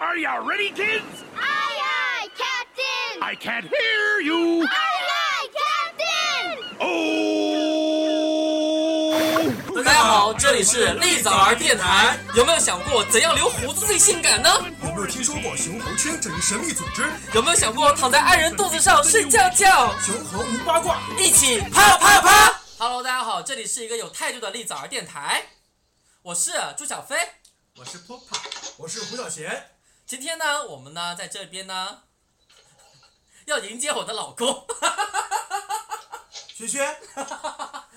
Are you ready, kids? Aye, aye, Captain! I can't hear you. aye, Captain! Oh! 大家好，这里是立早儿电台。有没有想过怎样留胡子最性感呢？有没有听说过熊猴圈这一神秘组织？有没有想过躺在爱人肚子上睡觉觉？熊猴无八卦，一起啪啪啪！Hello，大家好，这里是一个有态度的立早儿电台，我是朱小飞。我是 Popa，我是胡小贤。今天呢，我们呢在这边呢， 要迎接我的老公，轩 轩，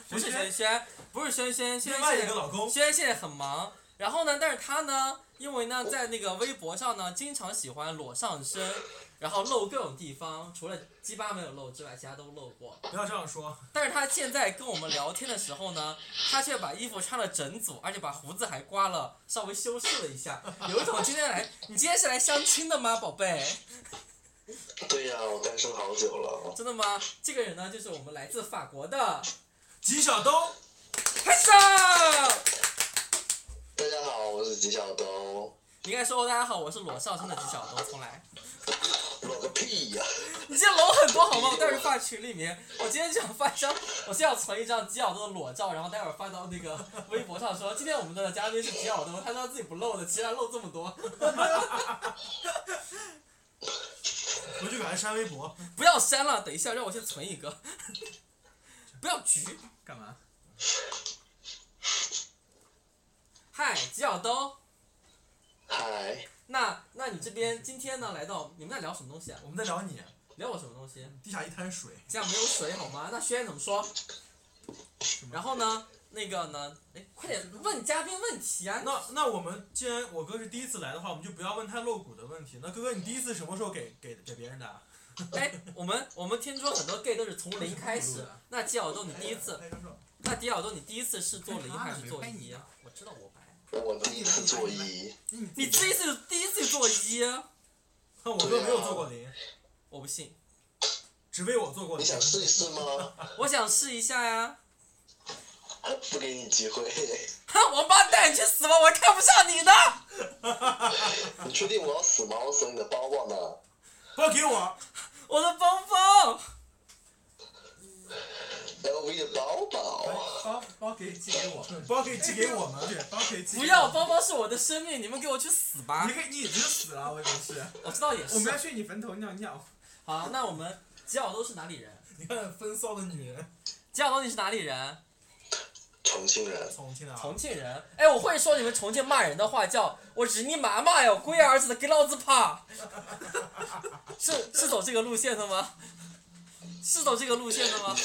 不是轩轩轩，不是轩轩，轩另轩外现一在个老公，轩轩现在很忙，然后呢，但是他呢，因为呢在那个微博上呢，经常喜欢裸上身，然后露各种地方，除了鸡巴没有露之外，其他都露过。不要这样说。但是他现在跟我们聊天的时候呢，他却把衣服穿了整组，而且把胡子还刮了，稍微修饰了一下，有一种今天来，你今天是来相亲的吗，宝贝？对呀、我单身好久了。真的吗？这个人呢，就是我们来自法国的，吉小东，拍手！大家好，我是吉小东。你应该说大家好，我是裸上身的纪晓东，重来。裸个屁呀、你这楼很多好吗？我待会儿发群里面，我今天就想发一张，我现在要存一张吉晓东的裸照，然后待会儿发到那个微博上说，今天我们的嘉宾是吉晓东，他说他自己不露的，其实他露这么多， 回去给他删微博。不要删了，等一下让我先存一个， 不要局干嘛？嗨，吉晓东，嗨，那那你这边今天呢来到你们在聊什么东西啊？我们在聊你，聊我什么东西？地下一滩水，这样没有水好吗？那轩轩怎么说？然后呢，那个呢？哎，快点问嘉宾问题啊！那那我们既然我哥是第一次来的话，我们就不要问太露骨的问题。那哥哥，你第一次什么时候给给给别人的啊？哎，我们我们听说很多 gay 都是从零开始。那迪奥豆你第一次，拍张照那迪奥豆你第一次是做零还是做一啊？我知道我白，我第一次做揖，你第一次第一次做一啊，那我哥没有做过零，我不信，只为我做过你零。想试一试吗？我想试一下呀。不给你机会，哼，王八蛋，你去死吧！我看不上你的。你确定我要死吗？我手你的包包呢？不要给我，我的包包， LV 的包包，包包可以寄给我们，不要可以寄嗯给我们。对，包可以寄给不我们要，包包是我的生命，你们给我去死啊吧你！可以，你已经死了，我真 是。我知道也我们要是。去你坟头尿尿。好，那我们迪奥豆是哪里人？你看风骚的女人，吉晓东，你是哪里人？重庆人，重庆的啊。重庆人。哎，我会说你们重庆骂人的话，叫我日你妈妈哟，龟儿子的给老子爬！ 是是走这个路线的吗？是走这个路线的吗？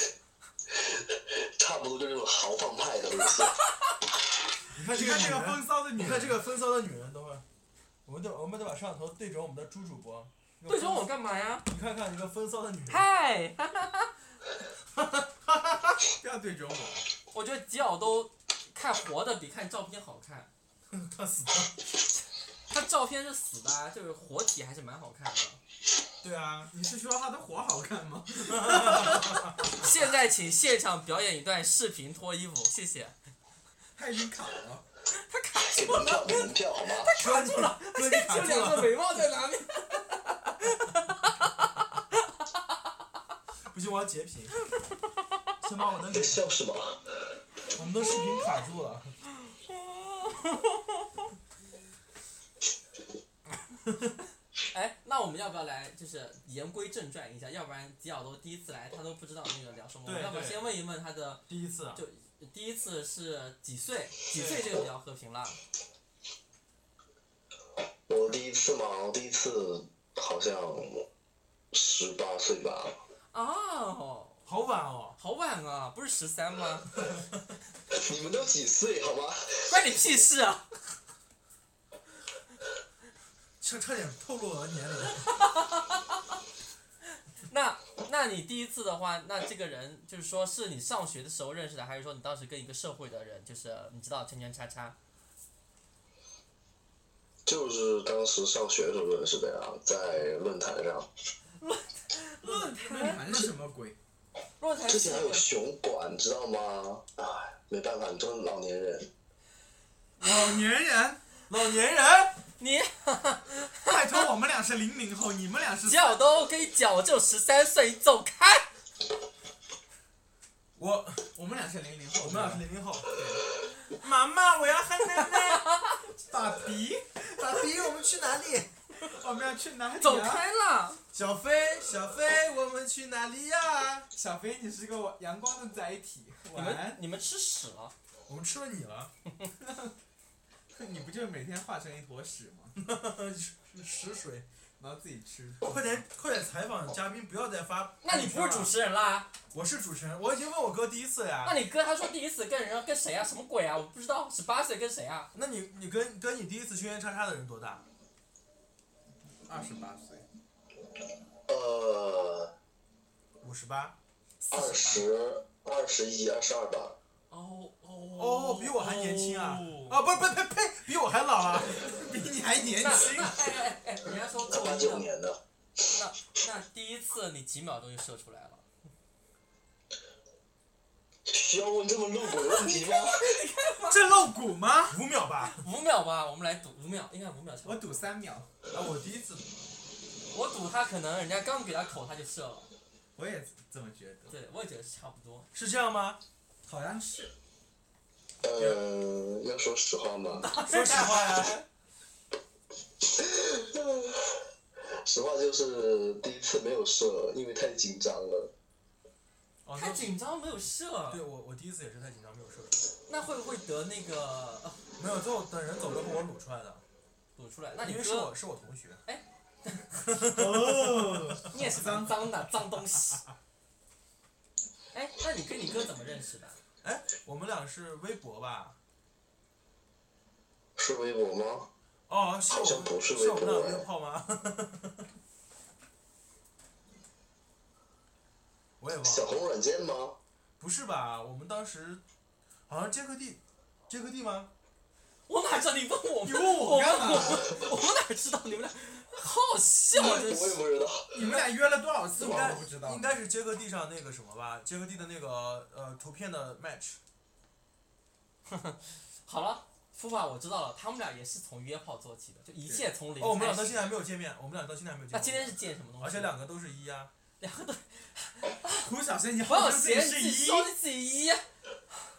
差不多就是那种豪放派的路线。你看你这看个女这个人风。骚的女你人，看这个风骚的女人，等会儿，我们得我们得把摄像头对准我们的朱主播。 对着我，干嘛呀？你看看一个风骚的女人，嗨，不要对准我。我觉得吉晓都看活的比看照片好看，看死的。他照片是死的啊，就是活体还是蛮好看 的。对啊，你是说她的火好看吗？现在请现场表演一段视频脱衣服，谢谢。她已经卡了。他卡给住门了票，，给门票好吗？卡 住了，他现 在就两个眉毛在哪里？不行，我要截屏。先把我的你在脸，笑什么？我们的视频卡住了。哎，那我们要不要来，就是言归正传一下？要不然吉奥多第一次来，他都不知道那个聊什么。我们对要不要对先问一问他的，第一次啊，就第一次是几岁？几岁这个比较和平了？我第一次嘛，我第一次好像十八岁吧，哦，好晚哦。好晚啊，不是十三吗？你们都几岁好吗？关你屁事啊！差差点透露了年龄，那那你第一次的话，那这个人就是说是你上学的时候认识的，还是说你当时跟一个社会的人，就是你知道圈圈叉叉？就是当时上学的时候认识的呀，在论坛上，论 那坛，你是什么鬼？论坛之是前还有熊管，你知道吗？唉，没办法，你这种老年人，老年人，老年人，你我们俩是零零后，你们俩是脚都跟你讲，我就十三岁，你走开！ 我我们俩是零零后，我们俩是零零后，妈妈，我要喝奶奶。爸比，爸比，我们去哪里？ 我们要去哪里、啊？走！开啦！小飞，小飞，我们去哪里呀、小飞，你是个阳光的载体。你们晚你们吃屎了！我们吃了你了，安， 你不就是每天化成一坨屎吗？ 食水。然后自己吃。快点，快点采访嘉宾，不要再发。那你不是主？持人啦？我是主持人，我已经问我哥第一次那呀。你哥他说第一次跟人跟谁啊？什么鬼啊？我不知道，十八岁跟谁啊？那你你跟跟你第一次圈圈叉叉的人多大？二十八岁，呃，五十八。二十二十一、二十二吧。哦哦哦，比我还年轻啊！啊，不是，呸呸呸，比我还老啊！哦 比你还年那轻那。哎哎哎，人家说他中八文九的，年的，那那第一次你几秒钟就射出来了？需要问这么露骨的问题 吗？这露骨吗？五秒吧。五秒吧，我们来赌五秒，应该五秒差不我多。赌三秒，啊，我第一次，我赌他可能人家刚给他口他就射了，我也这么觉得。对我也觉得差不多。是这样吗？好像是。嗯，要说实话吗？说实话呀，实话就是第一次没有射，因为太紧张了。哦，太那紧张没有射，对我我第一次也是太紧张没有射出那会不会得那个来，没有，最后等人走了后我撸出来的，赌出来？那你因为是哥我是我同学，哦，你也是脏脏的脏东西。 哎，那你跟你哥怎么认识的？哎，我们俩是微博吧？是微博吗？哦，是好我像们不是是我微们博俩哎约炮吗？ 我也忘小了，红软件吗？不是吧？我们当时好像是杰克蒂，杰克蒂吗？我哪知道你问我们？你问我我干嘛我我哪知道你们俩？好笑，真 我也是。不知道。你们俩约了多少次应我该都不知道。应该是杰克蒂上那个什么吧？杰克蒂的那个呃图片的 match。好了，夫法我知道了，他们俩也是从约炮做起的，就一切从零。哦，我们俩到现在还没有见面，我们俩到现在还没有见面。那今天是见什么东西？而且两个都是一啊， 涂小仙，你不要好像自己嫌是弃一，双子一，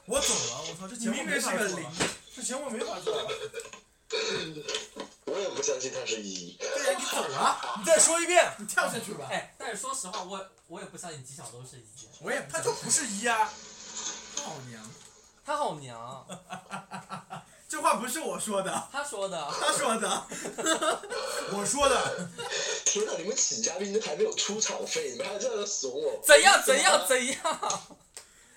我走了，我操，这你节目明明没是法个做零了，，这节目没法做了。我也不相信他是一。对呀，你走啊，你再说一遍，你跳下去吧。哎，但是说实话，我我也不相信几小都是一，我也他就不是一啊。好娘，他好娘，这话不是我说的，他说的。他说 的。我说的，天哪，你们请嘉宾都还没有出场费，你们还在那怂我？ 怎样怎样 怎样？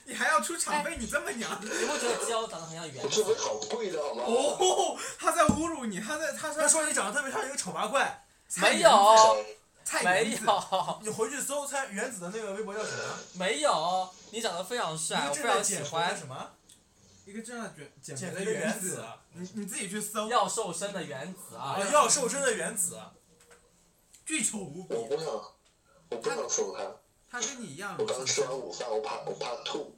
你还要出哎场费，你这么娘？你会觉得基友长得很像原这杯子？好贵的好吗？哦，他在侮辱你，他在他他说说你长得特别像一个丑八怪，蔡没原子有，蔡没原子有，你回去搜猜原子的那个微博叫什么？没有。你长得非常帅，啊我一个非正在常喜减肥欢的。什么？一个这样减减减肥肥的的原原子子，你你自己去搜，要瘦身的原子啊啊，！要瘦身的原子。巨丑无我比。不想，我不想怂他。他跟你一样我，刚吃完午饭，我怕我怕吐。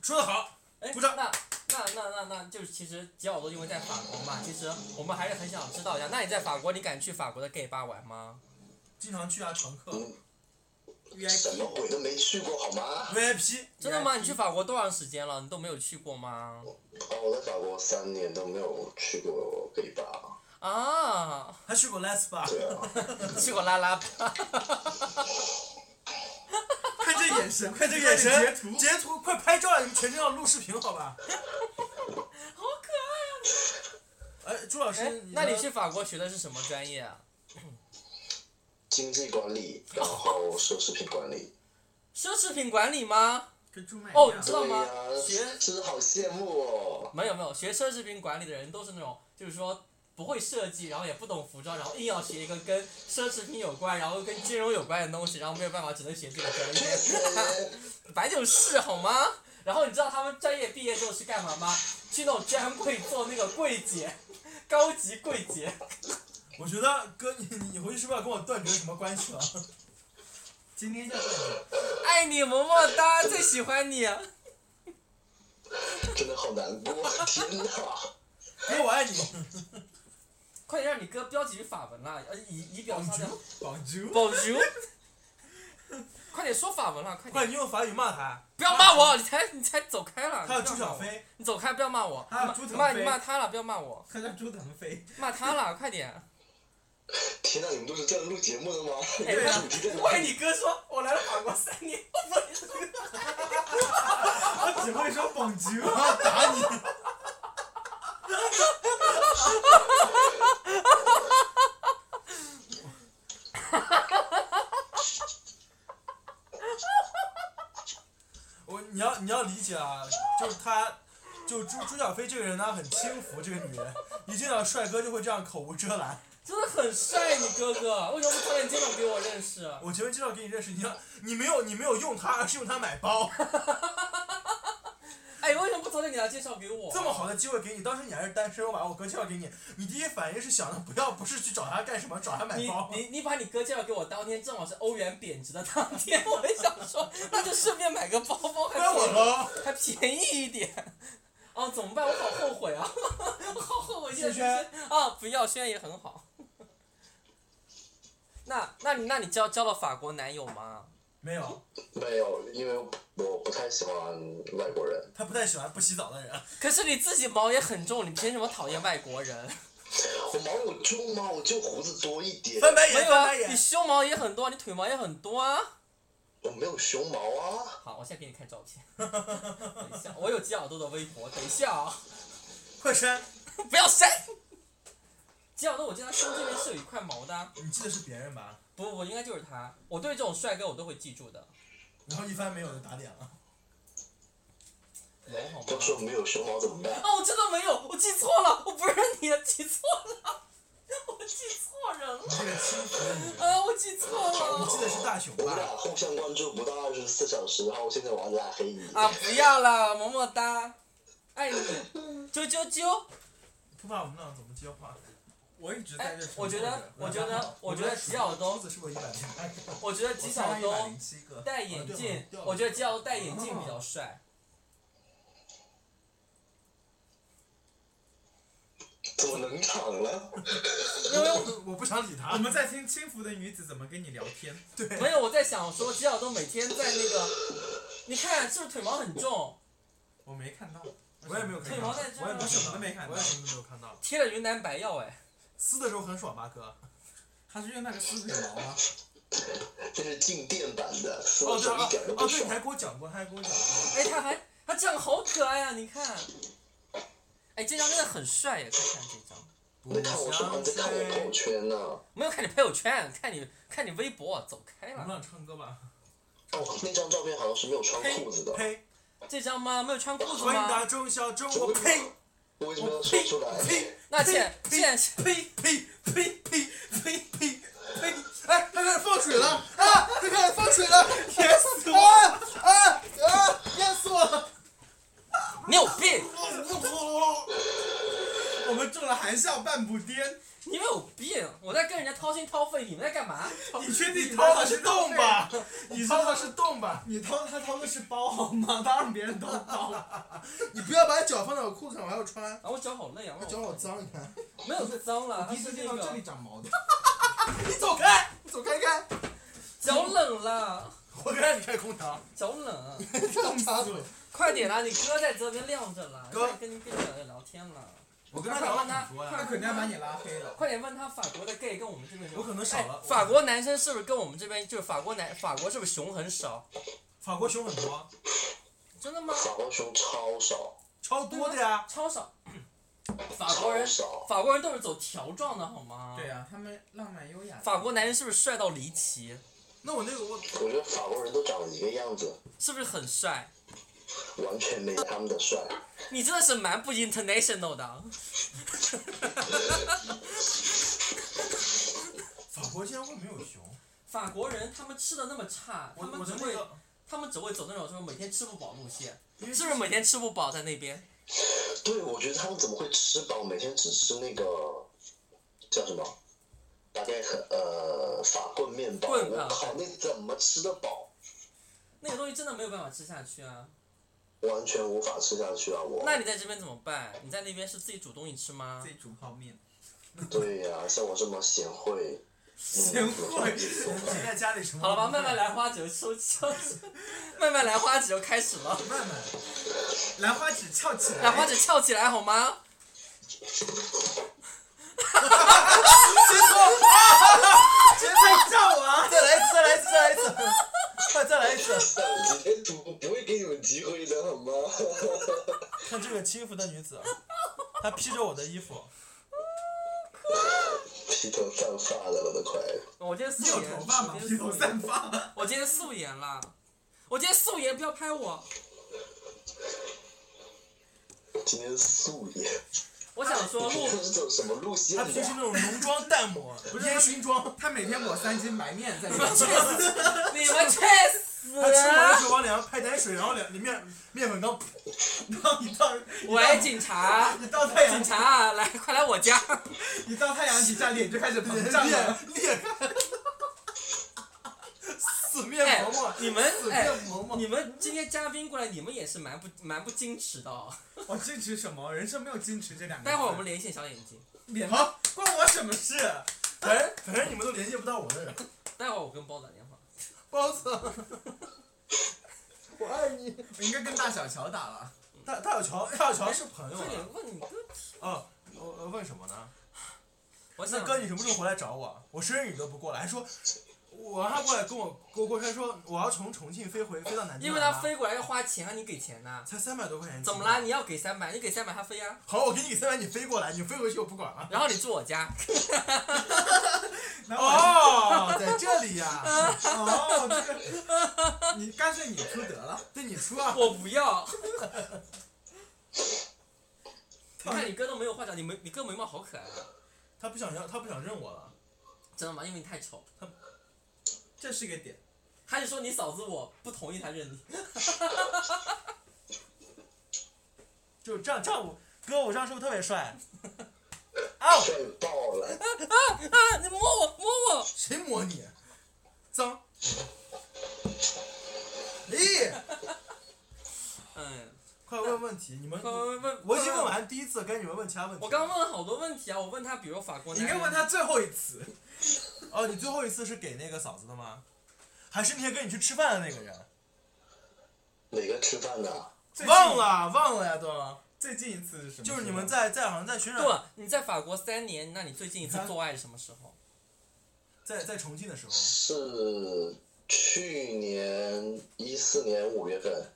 说得好，哎，鼓掌那那那那那就是其实吉奥多因为在法国嘛，其实我们还是很想知道一下。那你在法国，你敢去法国的 gay 吧玩吗？经常去啊，常客。嗯，哎什么 VIP 鬼都没去过好吗？ VIP，真的吗？你去法国多长时间了？你都没有去过吗？哦，我在法国三年都没有去过 gay 吧？啊， 还去过 Les 吧？对啊，去过拉拉吧。看这 眼神，看看这这眼眼神，神，截图，截图，快拍照啊！你们全程要录视频，好吧？好可爱哎，朱老啊！哎师，，那你的去法国学的是什么专业啊？经济管理，然后奢侈品管理。奢侈品管理吗？跟猪卖哦一样你知道吗对呀、学真的好羡慕哦。没有没有，学奢侈品管理的人都是那种，就是说不会设计，然后也不懂服装，然后硬要学一个跟奢侈品有关，然后跟金融有关的东西，然后没有办法，只能学这个专业，白就是好吗？然后你知道他们专业毕业之后去干嘛吗？去那种专柜做那个柜姐，高级柜姐。我觉得哥，你你回去是不是要跟我断绝什么关系啊 了？今天就这样爱你么么哒，最喜欢你。 真的好难过，天哪！哥，我爱你。快点让你哥标几句法文啦，呃，以以表 b 上的 o n 保住。快点说法文啦，快快，点！你用法语骂他，不要骂我，你才你才走开了。还有你不朱要骂小我，飞，你走开，不要骂我。还有骂朱腾骂飞你骂他了，不要骂我，他叫朱腾飞，骂他了， 快点！天呐，你们都是这样录节目的吗？ 你哎们他主题在我哪跟里？你哥说，我来了法国三年，我不会说他只会说 Bonjour。我要打你！我你要你要理解啊，就是他，就朱朱小飞这个人呢很轻浮，这个女人一见到帅哥就会这样口无遮拦。真的很帅，你哥哥，为什么不早点介绍给我认识？我前面介绍给你认识，你要你没有你没有用他，而是用他买包， 哎，为什么不早点给他介绍给我？这么好的机会给你，当时你还是单身，我把我哥介绍给你，你第一反应是想着不要，不是去找他干什么，找他买你包。你你把你哥介绍给我，当天正好是欧元贬值的当天， 我也想说，那就顺便买个包包，还怪我便宜喽！还便宜一点。哦，怎么办？我好后悔啊！我好后悔现轩在就是啊，不要，轩也很好。那那你那你交交了法国男友吗？没有，没有，因为我不太喜欢外国人。他不太喜欢不洗澡的人。可是你自己毛也很重，你凭什么讨厌外国人？我毛有重吗？我就胡子多一点，翻白 没眼，有翻啊白，眼你。胸毛也很多，你腿毛也很多啊。我没有胸毛啊。好，我现在给你看照片。 等一下，我有吉尔多的微博。等一下啊、快删！ 不要删。吉尔多，我记得他胸这边是有一块毛的啊，你记得是别人吧？不不不，应该就是他。我对这种帅哥我都会记住的。然后一翻没有就打脸了。毛好他吗？说没有胸毛怎么办？啊，我真的没有，我记错了，我不认你了，记错了，我记错人了，你这个轻浮的女人，啊，我记错你了。记得是大熊我们吧？俩互相关注不到二十四小时，然后现在我还拉黑你。啊，不要了，么么哒，爱你，啾啾啾。不怕我们俩怎么接话？我一直在哎这重，复我觉着得，我觉得，我觉得吉尔珠多，子是不是一百零八 个？我觉得吉我小删了东107个啊戴眼镜，我觉得吉奥戴眼镜比较帅。怎么冷场了？因为 我我不想理他。我们在听轻浮的女子怎么跟你聊天。 对，没有我在想说，吉奥都每天在那个，你看是不是腿毛很重，我没看到，我也没有看腿到，毛在这我也儿没我有什看到么都，没看到我也。什么都没有看到。贴了云南白药哎。 撕的时候很爽吧，哥？他是用那个撕腿毛吗？这是静电版的，撕哦了对手哦一点都哦不对，你爽。还给我讲过，他还给我讲过。哎，他还他这样好可爱啊！你看，哎，这张真的很帅耶！快看这张，你在看我什么？你在看我朋友圈呢、哦没有看你朋友圈，看你看你微博，走开我们了。俩唱歌吧。哦，那张照片好像是没有穿裤子的。 呸！这张吗？没有穿裤子欢迎大吗家？中小中我国呸！我为什么要说出来？呸！那现现呸呸呸呸呸呸呸！哎，他开始放水了啊！他开始放水了，甜死我！啊啊！淹死我了！你有病，我们中了含笑半步癫。你们有病！我在跟人家掏心掏肺，你们在干嘛？你确定你掏的是洞？啊吧？ 你掏的是洞吧？你掏他掏的是包好吗？他让别人掏包。你不要把脚放在我裤子上，我还要穿。啊，我脚好累啊！我脚好，脏，你看。没有脏了，它第一是次那见到这里个长 毛的。你走开！走开开，脚冷了，我该让你开空 调。脚冷，冻死我！快点啊啦！你哥在这边晾着了，哥快跟跟小人聊天了，我跟他聊了很多他呀，肯定要把你拉黑了。快点问他法国的 gay 跟我们这边有哎我可能少了。法国男生是不是跟我们这边就是法国男法国是不是熊很少？法国熊很多，真的吗？法国熊超少，超多的呀。超少。 法国超人少。法国人都是走条状的好吗？对。呀、他们浪漫优雅。法国男人是不是帅到离奇？那我那个我我觉得法国人都长得一个样子，是不是很帅？完全没他们的帅。你真的是蛮不 international 的。啊法国竟然会没有熊，法国人他们吃的那么差，他我们我只的那会个，他们只会走那种就是每天吃不饱路线，因为是不是每天吃不饱在那边？对，我觉得他们怎么会吃饱？每天只吃那个叫什么？大概很呃法棍面包。棍啊我靠，那怎么吃得饱？那个东西真的没有办法吃下去啊。完全无法吃下去啊！我那你在这边怎么办？你在那边是自己煮东西吃吗 自？己煮泡面，对呀、像我这么贤惠，贤惠，嗯谁在家里什么？好 了吧，慢慢，兰花指收收， 慢慢兰花指又开始了，慢慢，兰花指翘起来。兰花指翘起来好吗？指在照王， 再来一次，再来一次，再来一次， 快再来一次！嗯我今天主播不会给你们机会的，好吗？ 看这个轻浮的女子，啊她披着我的衣服，披头散发的了都快，我今天你素有颜，头发吗？披头散发。我今天素颜啦，我今天素颜，不要拍我。今天素颜，我想说今 录 天是走什么路线啊她的披？是那种浓妆淡抹，不是烟熏妆，他每天抹三斤白面在 脸去上，你们去死！她吃完了之后往脸上拍点水，然后脸里面面粉刚当你到喂，警察，你到太阳警，察来，快来我家！你到太阳底下脸就开始膨胀裂 了。裂开，死 面哎膜嘛，，你们死哎面，膜嘛，你们今天嘉宾过来，你们也是蛮不蛮不矜持的哦。我矜持什么？人生没有矜持这两个字。待会儿我们连线小眼睛，脸吗？关我什么事？反正反正你们都联系不到我的人，待会儿我跟包打电话。包子， 我爱你。我应该跟大小乔打了。大大小乔，大小乔是朋友问你啊。问你哥，哦，我我问什么呢？我那想哥，你什么时候回来找我？我生日你都不过来，还说我让他过来跟我跟我过来说我要从重庆飞回飞到南京。因为他飞过来要花钱啊，你给钱呐、才三百多块钱，怎么啦？？你要给三百，你给三百他飞啊，好，我给你给三百，你飞过来，你飞回去我不管了。然后你住我家， 然后哦，在这里呀、 哦，这个，你干脆你出得了。对你出啊，我不 要。你看你哥都没有话讲，你眉你哥眉毛好可爱啊！他不想要，他不想认我了。真的吗？因为你太丑。这是个点。还是说你嫂子我不同意他认你？就这样，这样我哥，我这样是不是特别帅？啊帅爆了！啊！你摸我摸我！谁摸你？脏。咦，嗯，哎快问问题，你们快问问，我已经问完第一次，该你们问其他问题。我刚刚问了好多问题啊，我问他，比如法国你男应人，该问他最后一次。哦，你最后一次是给那个嫂子的吗？还是那天跟你去吃饭的那个人？哪个吃饭啊的？最近忘。了，忘了呀，都。最近一次是什么时候？就是你们在在好像在学对长吧，你在法国三年，那你最近一次做爱是什么时候？在在重庆的时候，是去年一四年五月份，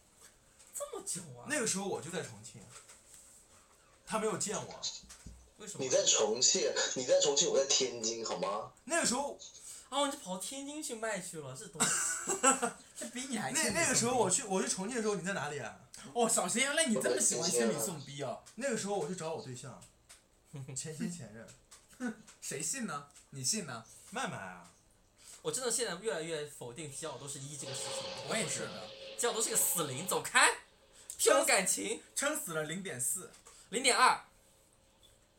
这么久啊？那个时候我就在重庆，他没有见我。为什么你？在重庆，你在重庆，我在天津，好吗？那个时候，哦，你就跑天津去卖去了，这东西。这比你还那欠那个时候送我去我去重庆的时候，你在哪里、啊？逼哦，小贤，原来你这么喜欢千里送逼哦？那个时候我去找我对 象，前前前任， 谁信呢？你信呢？麦麦啊，我真的现在越来越否定提奥多是一这个事情了。我也是的，提奥多是个死零，走开，骗我感情。撑死了零点四，零点二，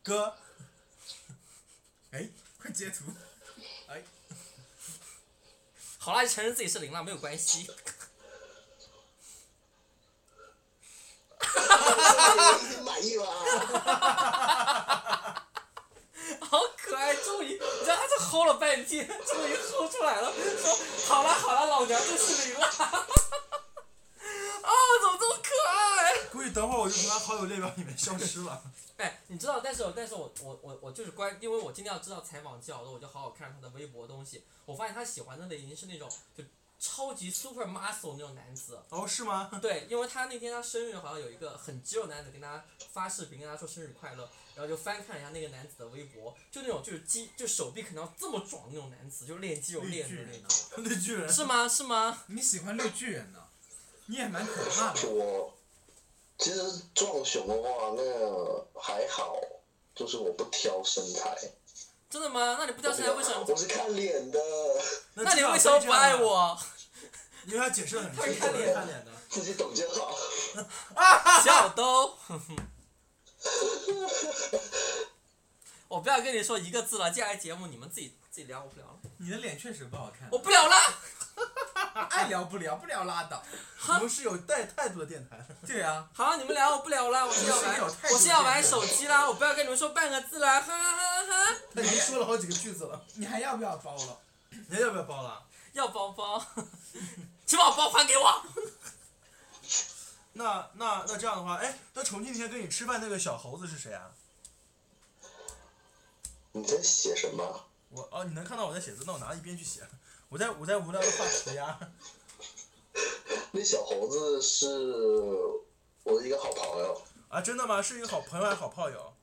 哥，哎，快截图。好啦，承认自己是零了，没有关系。满意 吗？ 好可爱，终于，你知道他这齁了半天， 终于齁出来了，说好了好了，老娘就是零了。 啊，怎么这么可爱？估计等会儿我就从他好友列表里面消失了。哎，你知道，但是但是我我我我就是关，因为我今天要知道采访纪晓的，我就好好看他的微博东西。我发现他喜欢的类型是那种就超级 super muscle 那种男子。哦，是吗？对，因为他那天他生日好像有一个很肌肉男子跟他发视频，跟他说生日快乐，然后就翻看了一下那个男子的微博，就那种就是肌就手臂可能要这么壮的那种男子，就练肌肉绿练巨的那人种啊。绿巨人，是吗？是吗？你喜欢绿巨人呢？你也蛮可怕的。我其实壮熊的话，那个还好，就是我不挑身材，真的吗？那你不挑身材为什么？我是看脸的，那那至你少为什么可以这不样爱啊？我？因为他解释得很他是清楚看脸的看脸的。自己懂就好。 小兜， 我不要跟你说一个字了，接下来节目你们自己自己聊，我不聊了， 你的脸确实不好看。啊我不聊了。爱聊不聊，不聊拉倒。 我们是有带态度的电台。对啊， 好，你们聊，我不聊了，我是要你是玩，有态度我是要玩手机啦，我不要跟你们说半个字啦，哈哈哈他已经说了好几个句子了。你还要不要包了？人要不要包了？要包包，请把我包还给我。那那那这样的话，哎，那重庆那天跟你吃饭那个小猴子是谁啊？你在写什么？我哦，你能看到我在写字，那我拿一边去写。我在我在无聊的画涂鸦。那小猴子是我的一个好朋友， 啊，真的吗？是一个好朋友还是好炮友？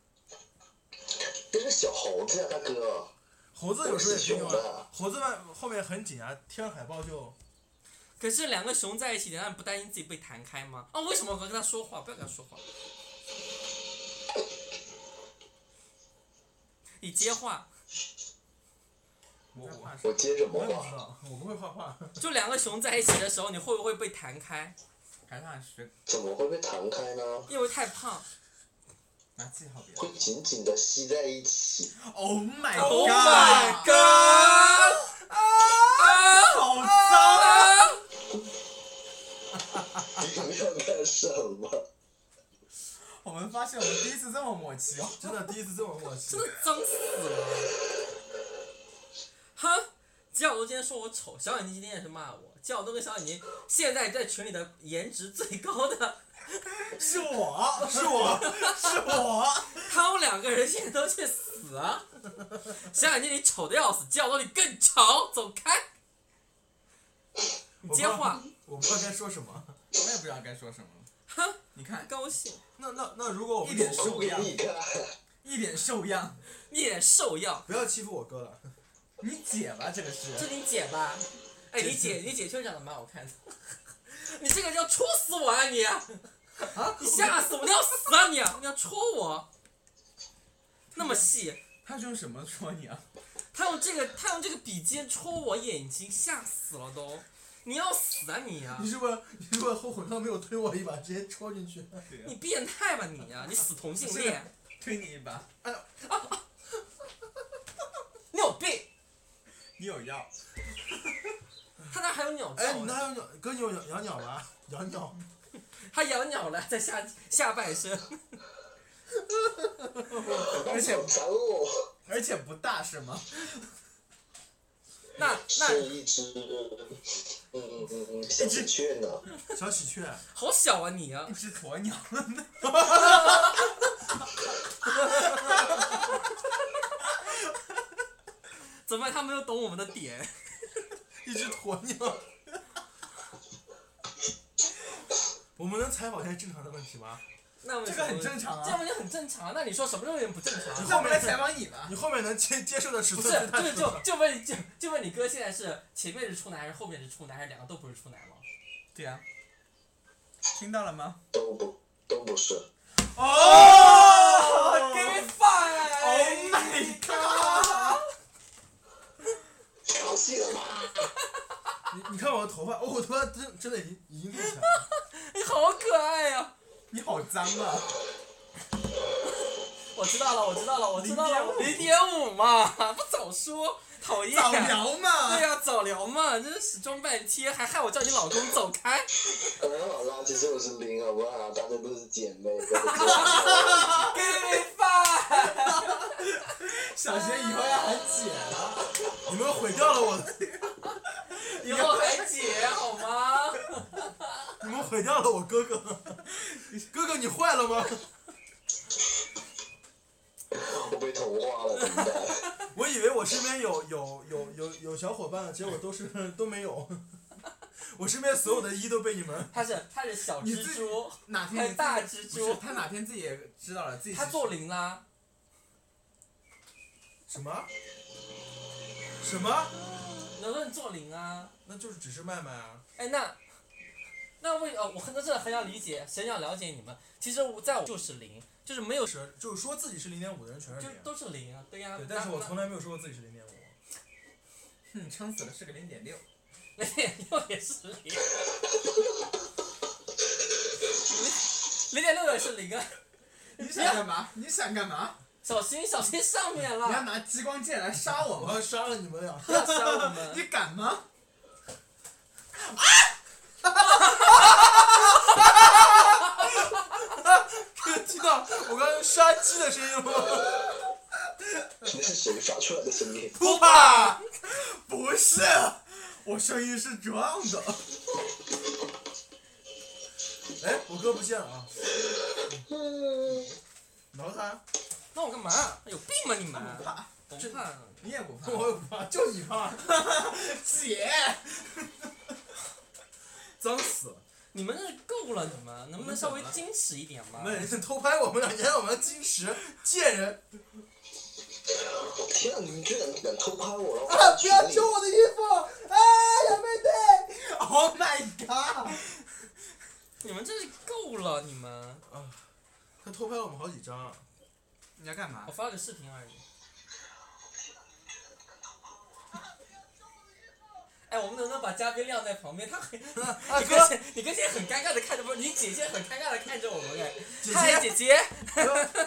那是小猴子呀、大哥。猴子有时候也挺有我是熊的啊，猴子外后面很紧啊，贴上海报就可是两个熊在一起，难道不担心自己被弹开吗？啊，为什么我要跟他说话？不要跟他说话。你接话，我我我接什么我也不知话？道，我不会画画。就两个熊在一起的时候，你会不会被弹开？还是按时怎么会被弹开呢？因为太胖。拿记号 别会紧紧的吸在一起。 Oh my Oh god！啊 my god！好啊！脏！你要干什么？ 我们发现我们第一次这么默契哦。真的第一次这么默契真，的脏死了！哈，吉小东今天说我丑，小眼睛今天也是骂我。吉小东跟小眼睛现在在群里的颜值最高的， 是我，是我， 是我。他们两个人现在都去死啊！ 小眼睛你丑的要死，吉小东你更丑，走开！你接话，我不知道该说什么。我也不知道该说什么了。哈，你看，高兴，那那那如果我们一脸我兽给样，你看。一脸兽样。一脸兽样，不要欺负我哥了，你姐吧，这个这是。你姐吧？哎，你姐，你姐确实长得蛮好看的。 你这个要戳死我啊你！啊你吓死我！你要死啊你！你要戳我，那么细，他是用什么说你啊？他用这个他用这个笔尖戳我眼睛，吓死了都！你要死啊你啊你！是不是你是不是后悔他没有推我一把，直接戳进去？你变态吧你啊！你死同性恋！啊推你一把，哎你有病！你有药。他那还有鸟叫哎，你那呢，还有鸟哥你有养养鸟吗？养鸟，他养鸟了，在下下半身。 而且好残哦！而且不大是吗？那是那一只，嗯嗯嗯嗯，小喜鹊呢？小喜鹊，好小啊你啊 一！只鸵鸟。 怎么办？他没有懂我们的点。一只鸵鸟。 我们能采访一些正常的问题吗？那我们这个很正常啊这样也很正常。那你说什么时候有点不正常？啊那我们来采访你吧。你后面能接接受的尺不是寸是太就多了就就问就就问你哥现在是前面是处男还是后面是处男还是两个都不是处男吗？对呀、听到了吗？都不都不是。哦 Give me Oh five！ my god！高兴了吗？你你看我的头发，哦，我头发真真的已经已经立起来了。你好可爱呀！你好脏啊！ 我知道了，我知道了，我知道了， 0.5零点五嘛，不早说，讨厌。早聊对嘛！呀、早聊嘛，真是始装半天，还害我叫你老公走 开。刚刚好哎垃圾就是零，好不好？大家都是姐妹。 Give me five！小学以后要啊喊姐了，你们毁掉了我的，以后还姐好吗？你们毁掉了我哥 哥。哥哥，你坏了吗？ 我被同化了，怎么办？我以为我身边有有有有有小伙伴，结果都是都没有。 我身边所有的一都被你们， 他是他是小你自蜘蛛， 哪还天有大蜘不是蛛，他哪天自己也知道了自己是他做零啊啦。什么？什么？能不能做零啊？那就是只是麦麦啊。哎，那那为呃，我很真的很想理解，很想了解你们。其实我在我就是零，就是没有就就是就是说自己是零点五的人全是零。都是零啊，对呀、对，但是我从来来没有说过自己是零点五。哼，撑死了是个零点六。零点六也是零， 零点六也是零啊！你想干嘛？你想干嘛？小心小心上面你要了，拿激光剑来杀我我吗？要杀了你们 俩！不要杀我们！你敢吗？听到我刚刚杀鸡的声音了吗？那是谁发出来的声音？不吧，不是，我声音是这样的。哎，我哥不见了啊！嗯挠他，闹我干嘛？哎有病吧你们？不怕，你也不怕？我也不怕，就你怕。姐，脏死了！你们这够了，你们能不能稍微矜持一点嘛你？们偷拍我们俩，你让我们矜持，贱人！天啊，你们居然敢偷拍啊我！然后！不群要里揪我的衣服！啊，小妹妹！Oh my god！你们真是够了，你们！他偷拍我们好几张啊，你要干嘛我？发了个视频而已。 哎，我们能不能把嘉宾晾在旁边？他很，啊 你跟现你跟现在很尴尬的看着不是？你姐姐很尴尬的看着我们哎，姐嗨，姐，姐姐，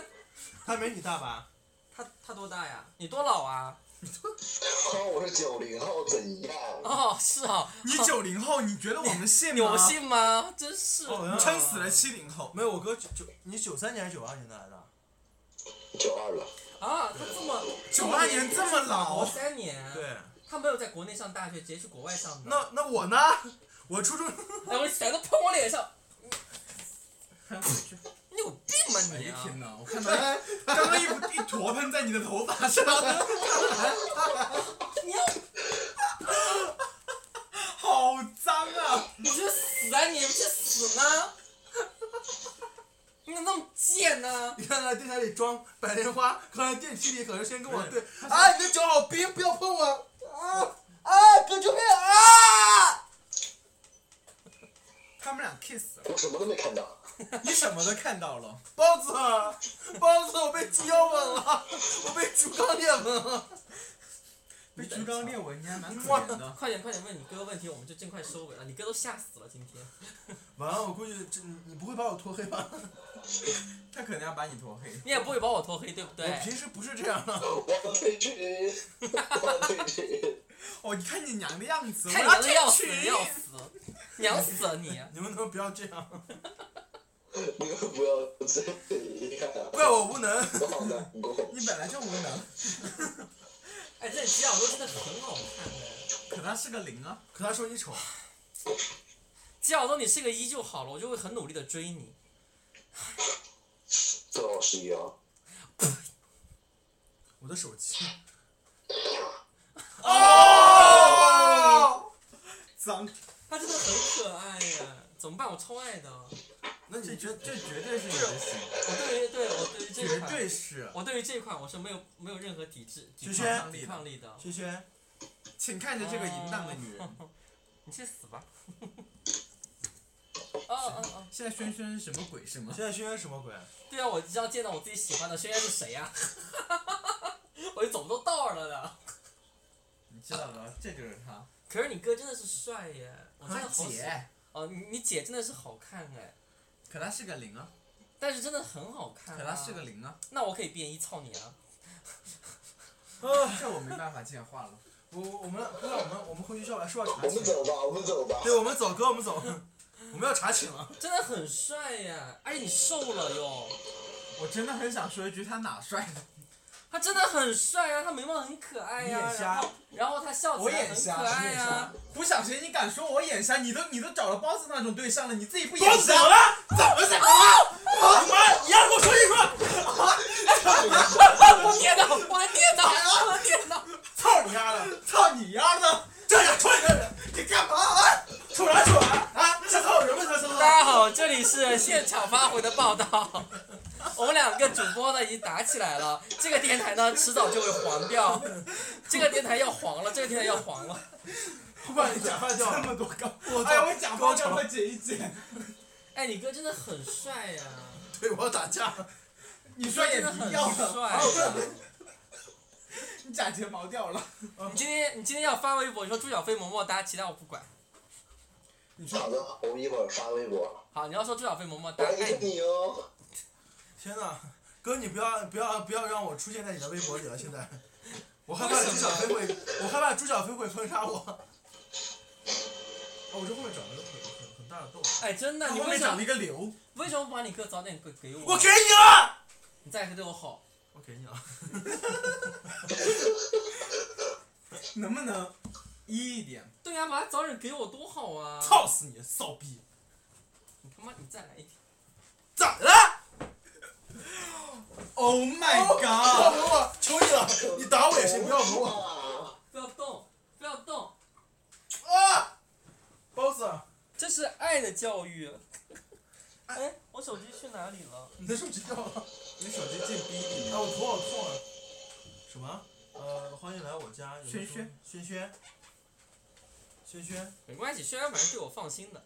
他没你大吧？她她多大呀？你多老啊？哦，我是九零后，怎样？哦，是哦，你九零后，你觉得我们信吗？有信吗？真是，哦你撑死了七零后。没有，我哥九九，你九三年还是九二年的来的？九二了，啊，他这么九二年这么活老，三年，，对，他没有在国内上大学，直接去国外上的。那那我呢？我初中哎，我全都喷我脸上，哎我你有病吧你、啊？天哪！我看到哎一刚刚一一坨喷在你的头发上，你要好脏啊！你去死啊！你不去死呢？ 你怎么那么贱呢？你看他电台里装白莲花，刚才电梯里可是先跟我对，啊，你的脚好冰，不要碰我，啊啊，哥救命啊！他们俩 kiss 了，我什么都没看到。你什么都看到了。包子，包子，我被鸡腰吻了，我被竹杠链吻了。 被竹竿裂纹，你还蛮可怜的。快点快点问你哥问题，我们就尽快收尾了。你哥都吓死了今天。 完了，我估计这你你不会把我拖黑吧？ 他可能要把你拖黑。你也不会把我拖黑对不对我？平时不是这样的。我要退群，我要退群。哦，你看你娘的样子，看我娘的要要死进群要死，娘死了你！啊你们能不能不要这样？你们不要这样，怪我无能。我好难过。 你本来就无能，哎，这几两都真的很好看哎。可他是个零啊。可他说你丑，吉小东，你是个一就好了，我就会很努力的追你。对，我是一啊。我的手机。哦脏，他真的很可爱呀，怎么办？我超爱的。那你这这绝对是你的心，我对于对我对于这绝款，对是。我对于这款我是没有没有任何抵制抵轩抗轩抵抗力的。轩轩，请看着这个淫荡的女人。你去死吧！哦哦哦，现在轩轩是什么鬼是吗？现在轩轩什么鬼？对啊，我只要见到我自己喜欢的，轩轩是谁呀、 我就走不动道儿了呢。你知道的，这就是他。可是你哥真的是帅耶，我真的他啊好喜啊姐，哦，你你姐真的是好看哎，可他是个零啊，但是真的很好看、可啊。他是个零啊，那我可以变一操你啊！这我没办法接话 了。我我我们不是我们我们回学校来说要查我们寝。走吧，我们走吧。对，我们走，哥，我们走，我们要查寝了。真的很帅呀，而且你瘦了哟。我真的很想说一句，他哪帅了？他真的很帅啊，他眉毛很可爱呀、你眼瞎然后然后他笑起我来眼很瞎可爱呀、胡小贤，你敢说我眼瞎？你都你都找了包子那种对象了，你自己不眼包子怎瞎么？了？怎么怎么了？你们一样给我说一说，我跌倒，我的跌倒，我的跌倒。操你丫的！操你丫的！这俩臭男人，你干嘛啊？瞅啥瞅啊？啊，这操什么操操大家好，这里是现场发回的报道。我们两个主播呢已经打起来了，这个电台呢迟早就会黄掉，这个电台要黄了，这个电台要黄了。不把你假发掉这了。么多高，我哎，操我假给我发瞅让他剪一剪。哎，你哥真的很帅呀、对，我要打架。你你双眼真的皮很掉帅、了，哦啊。你假睫毛掉了。你今天你今天要发微博，你说朱小飞萌萌哒，其他我不管。好的，我一会儿发微博。好，你要说朱小飞萌萌我哒，哎爱爱你。你哦。天哪，哥，你不要不要不要让我出现在你的微博里了，现 在。我害怕为什朱么小飞会，我害怕朱小飞会封杀我。哦，我这后面长了个很很很大的痘。哎，真的，你后为面什长了么一个瘤。为什么不把你哥早点给给我？你了。你再也对我好，我给你啊。能不能一点？对呀、把它早点给我多好啊！！操死你，骚逼！你他妈你再来一点！咋了？Oh my 不要 god！吻我，求你了，你打我也行，不要吻我。啊！不要动，不要动！啊，包子，啊这是爱的教育。哎，我手机去哪里了？你的手机掉了。你手机进逼里哎，面。我头好痛啊！什么？呃，欢迎来我家。有人说轩，轩轩，轩轩，没关系，轩轩反正对我放心的。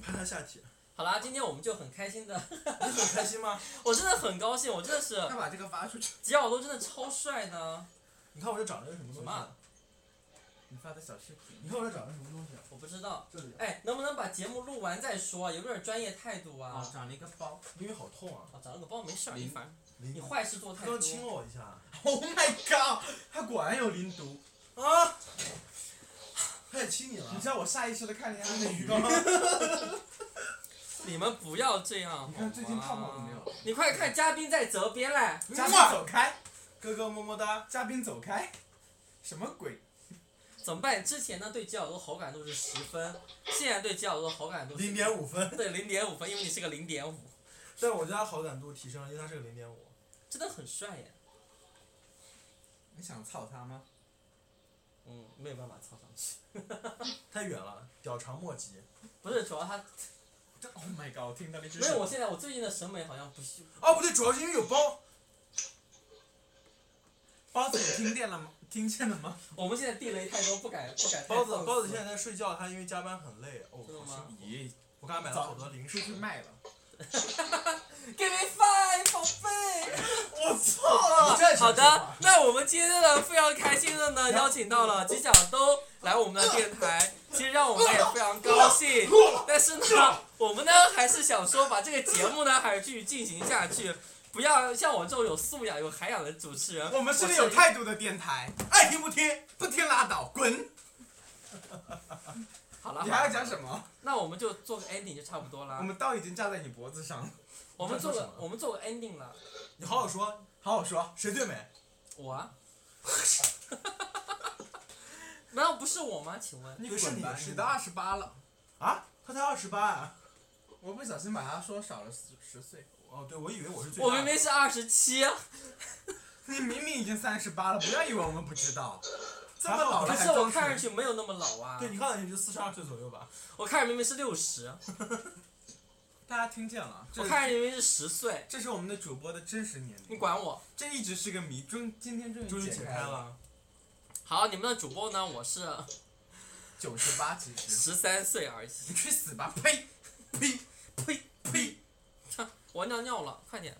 拍他下体。好啦，今天我们就很开心的， 你很开心吗？我真的很高兴，我真的是快把这个发出去。吉奥多真的超帅呢。你看我这长了个什么东什西么啊？啊？你发的小视频。你看我这长了什么东西啊？我不知道。这里啊，哎，能不能把节目录完再说啊？有点专业态度啊啊，！长了一个包。因为好痛啊！啊，长了个包没事儿，嗯一凡，你你坏事做太刚多刚。亲了我一 下， Oh my god！他果然有零毒。啊！他也亲你了你。知道我下意识的看见他的鱼刚 吗？刚你们不要这样。你看最近好胖吗胖了没有？你快看，嘉宾在责编嘞。嘉宾走开！哥哥么么哒。嘉宾走开！什么鬼？怎么办？之前呢对吉尔多好感度是十分，现在对吉尔多好感度是零点五分，对零点五分，因为你是个零点五，但我家好感度提升了，因为他是个零点五。真的很帅耶。你想操他吗？嗯，没有办法操上去。太远了，屌长莫及。不是，主要他这 Oh my god！我听到了一只没有。我现在我最近的审美好像不是，哦，不对，主要是因为有包。包子，你听见了吗？听见了吗？我们现在地雷太多，不敢不哎敢太包子放，肆包子现在在睡觉，他因为加班很累。哦，真的好吗心咦，我给他买了好多零出食。去卖了。 Give me five，宝贝。我操！你站好起来说话的，那我们今天呢非常开心的呢邀请到了吉小东来我们的电 台，其实让我们也非常高兴。但是啊呢，我们呢还是想说把这个节目呢还是继续进行下去，不要像我这种有素养、有涵养的主持人。我们是个有态度的电台，爱听不听，不听拉倒，滚！好了，你还要好了讲什么？那我们就做个 ending 就差不多我啦。们刀已经架在你脖子上了。我们做你要说什个么我们做个 ending 了，你好好说，好好说，谁最美？我 啊。难道不是我吗？请问，你对是滚你吧！是你你都二十八了，啊，他才二十八啊！我不小心把他说少了十十岁。哦，对，我以为我是最大我的。明明是二十七，啊你明 明已经三十八了，不要以为我们不知道。这还么好老了可还是我装看上纯，去没有那么老啊对，。你看上去就四十二岁左右吧。我看着明明是六十，大家听见了？这我看着明明是十岁。这是我们的主播的真实年你龄，管我？这一直是个谜，终今天终终于于解解开了。了。好，你们的主播呢？我是九十八其实，十三岁而已。 你去死吧！呸呸呸！呸！我尿尿了，快点，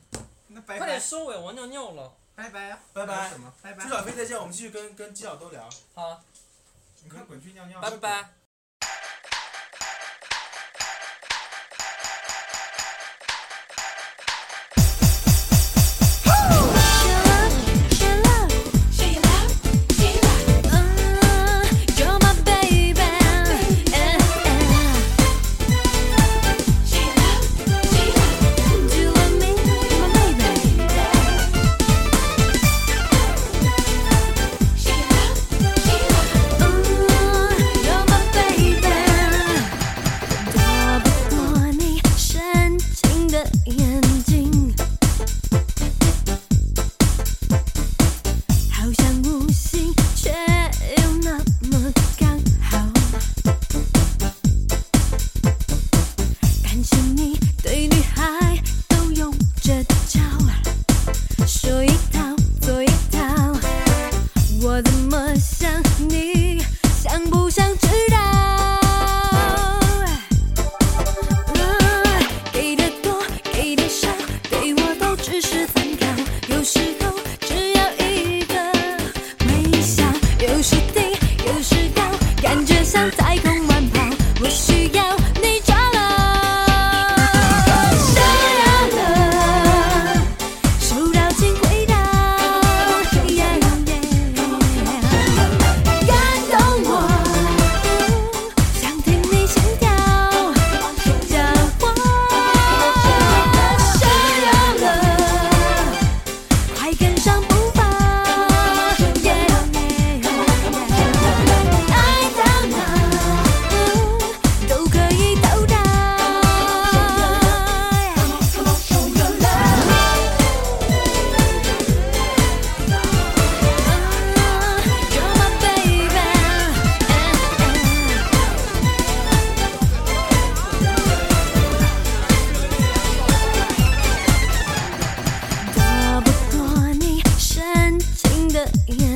那拜快点拜收尾，我尿尿了。拜拜啊！拜拜还有什么？拜拜朱！小飞再见，我们继续跟跟鸡小都聊。好，你快滚去尿尿！拜拜。 You're my baby. Do you love me? You're my baby. Ooh, you're my baby. 躲不过你深情的眼睛，好像无心，却又那么刚好。感谢你对女孩都用这招，啊说一套做一套，我怎么想你，想不想知道？给的多，给的少，对我都只是参考。有时候只要一个微笑，有时低，有时高，感觉像太空慢跑。我需要你抓牢，想要了，收到请回答。感动我，想听你心跳，让我想要了，上不放。爱到哪都可以到达。You're my baby.躲不过你深情的眼啊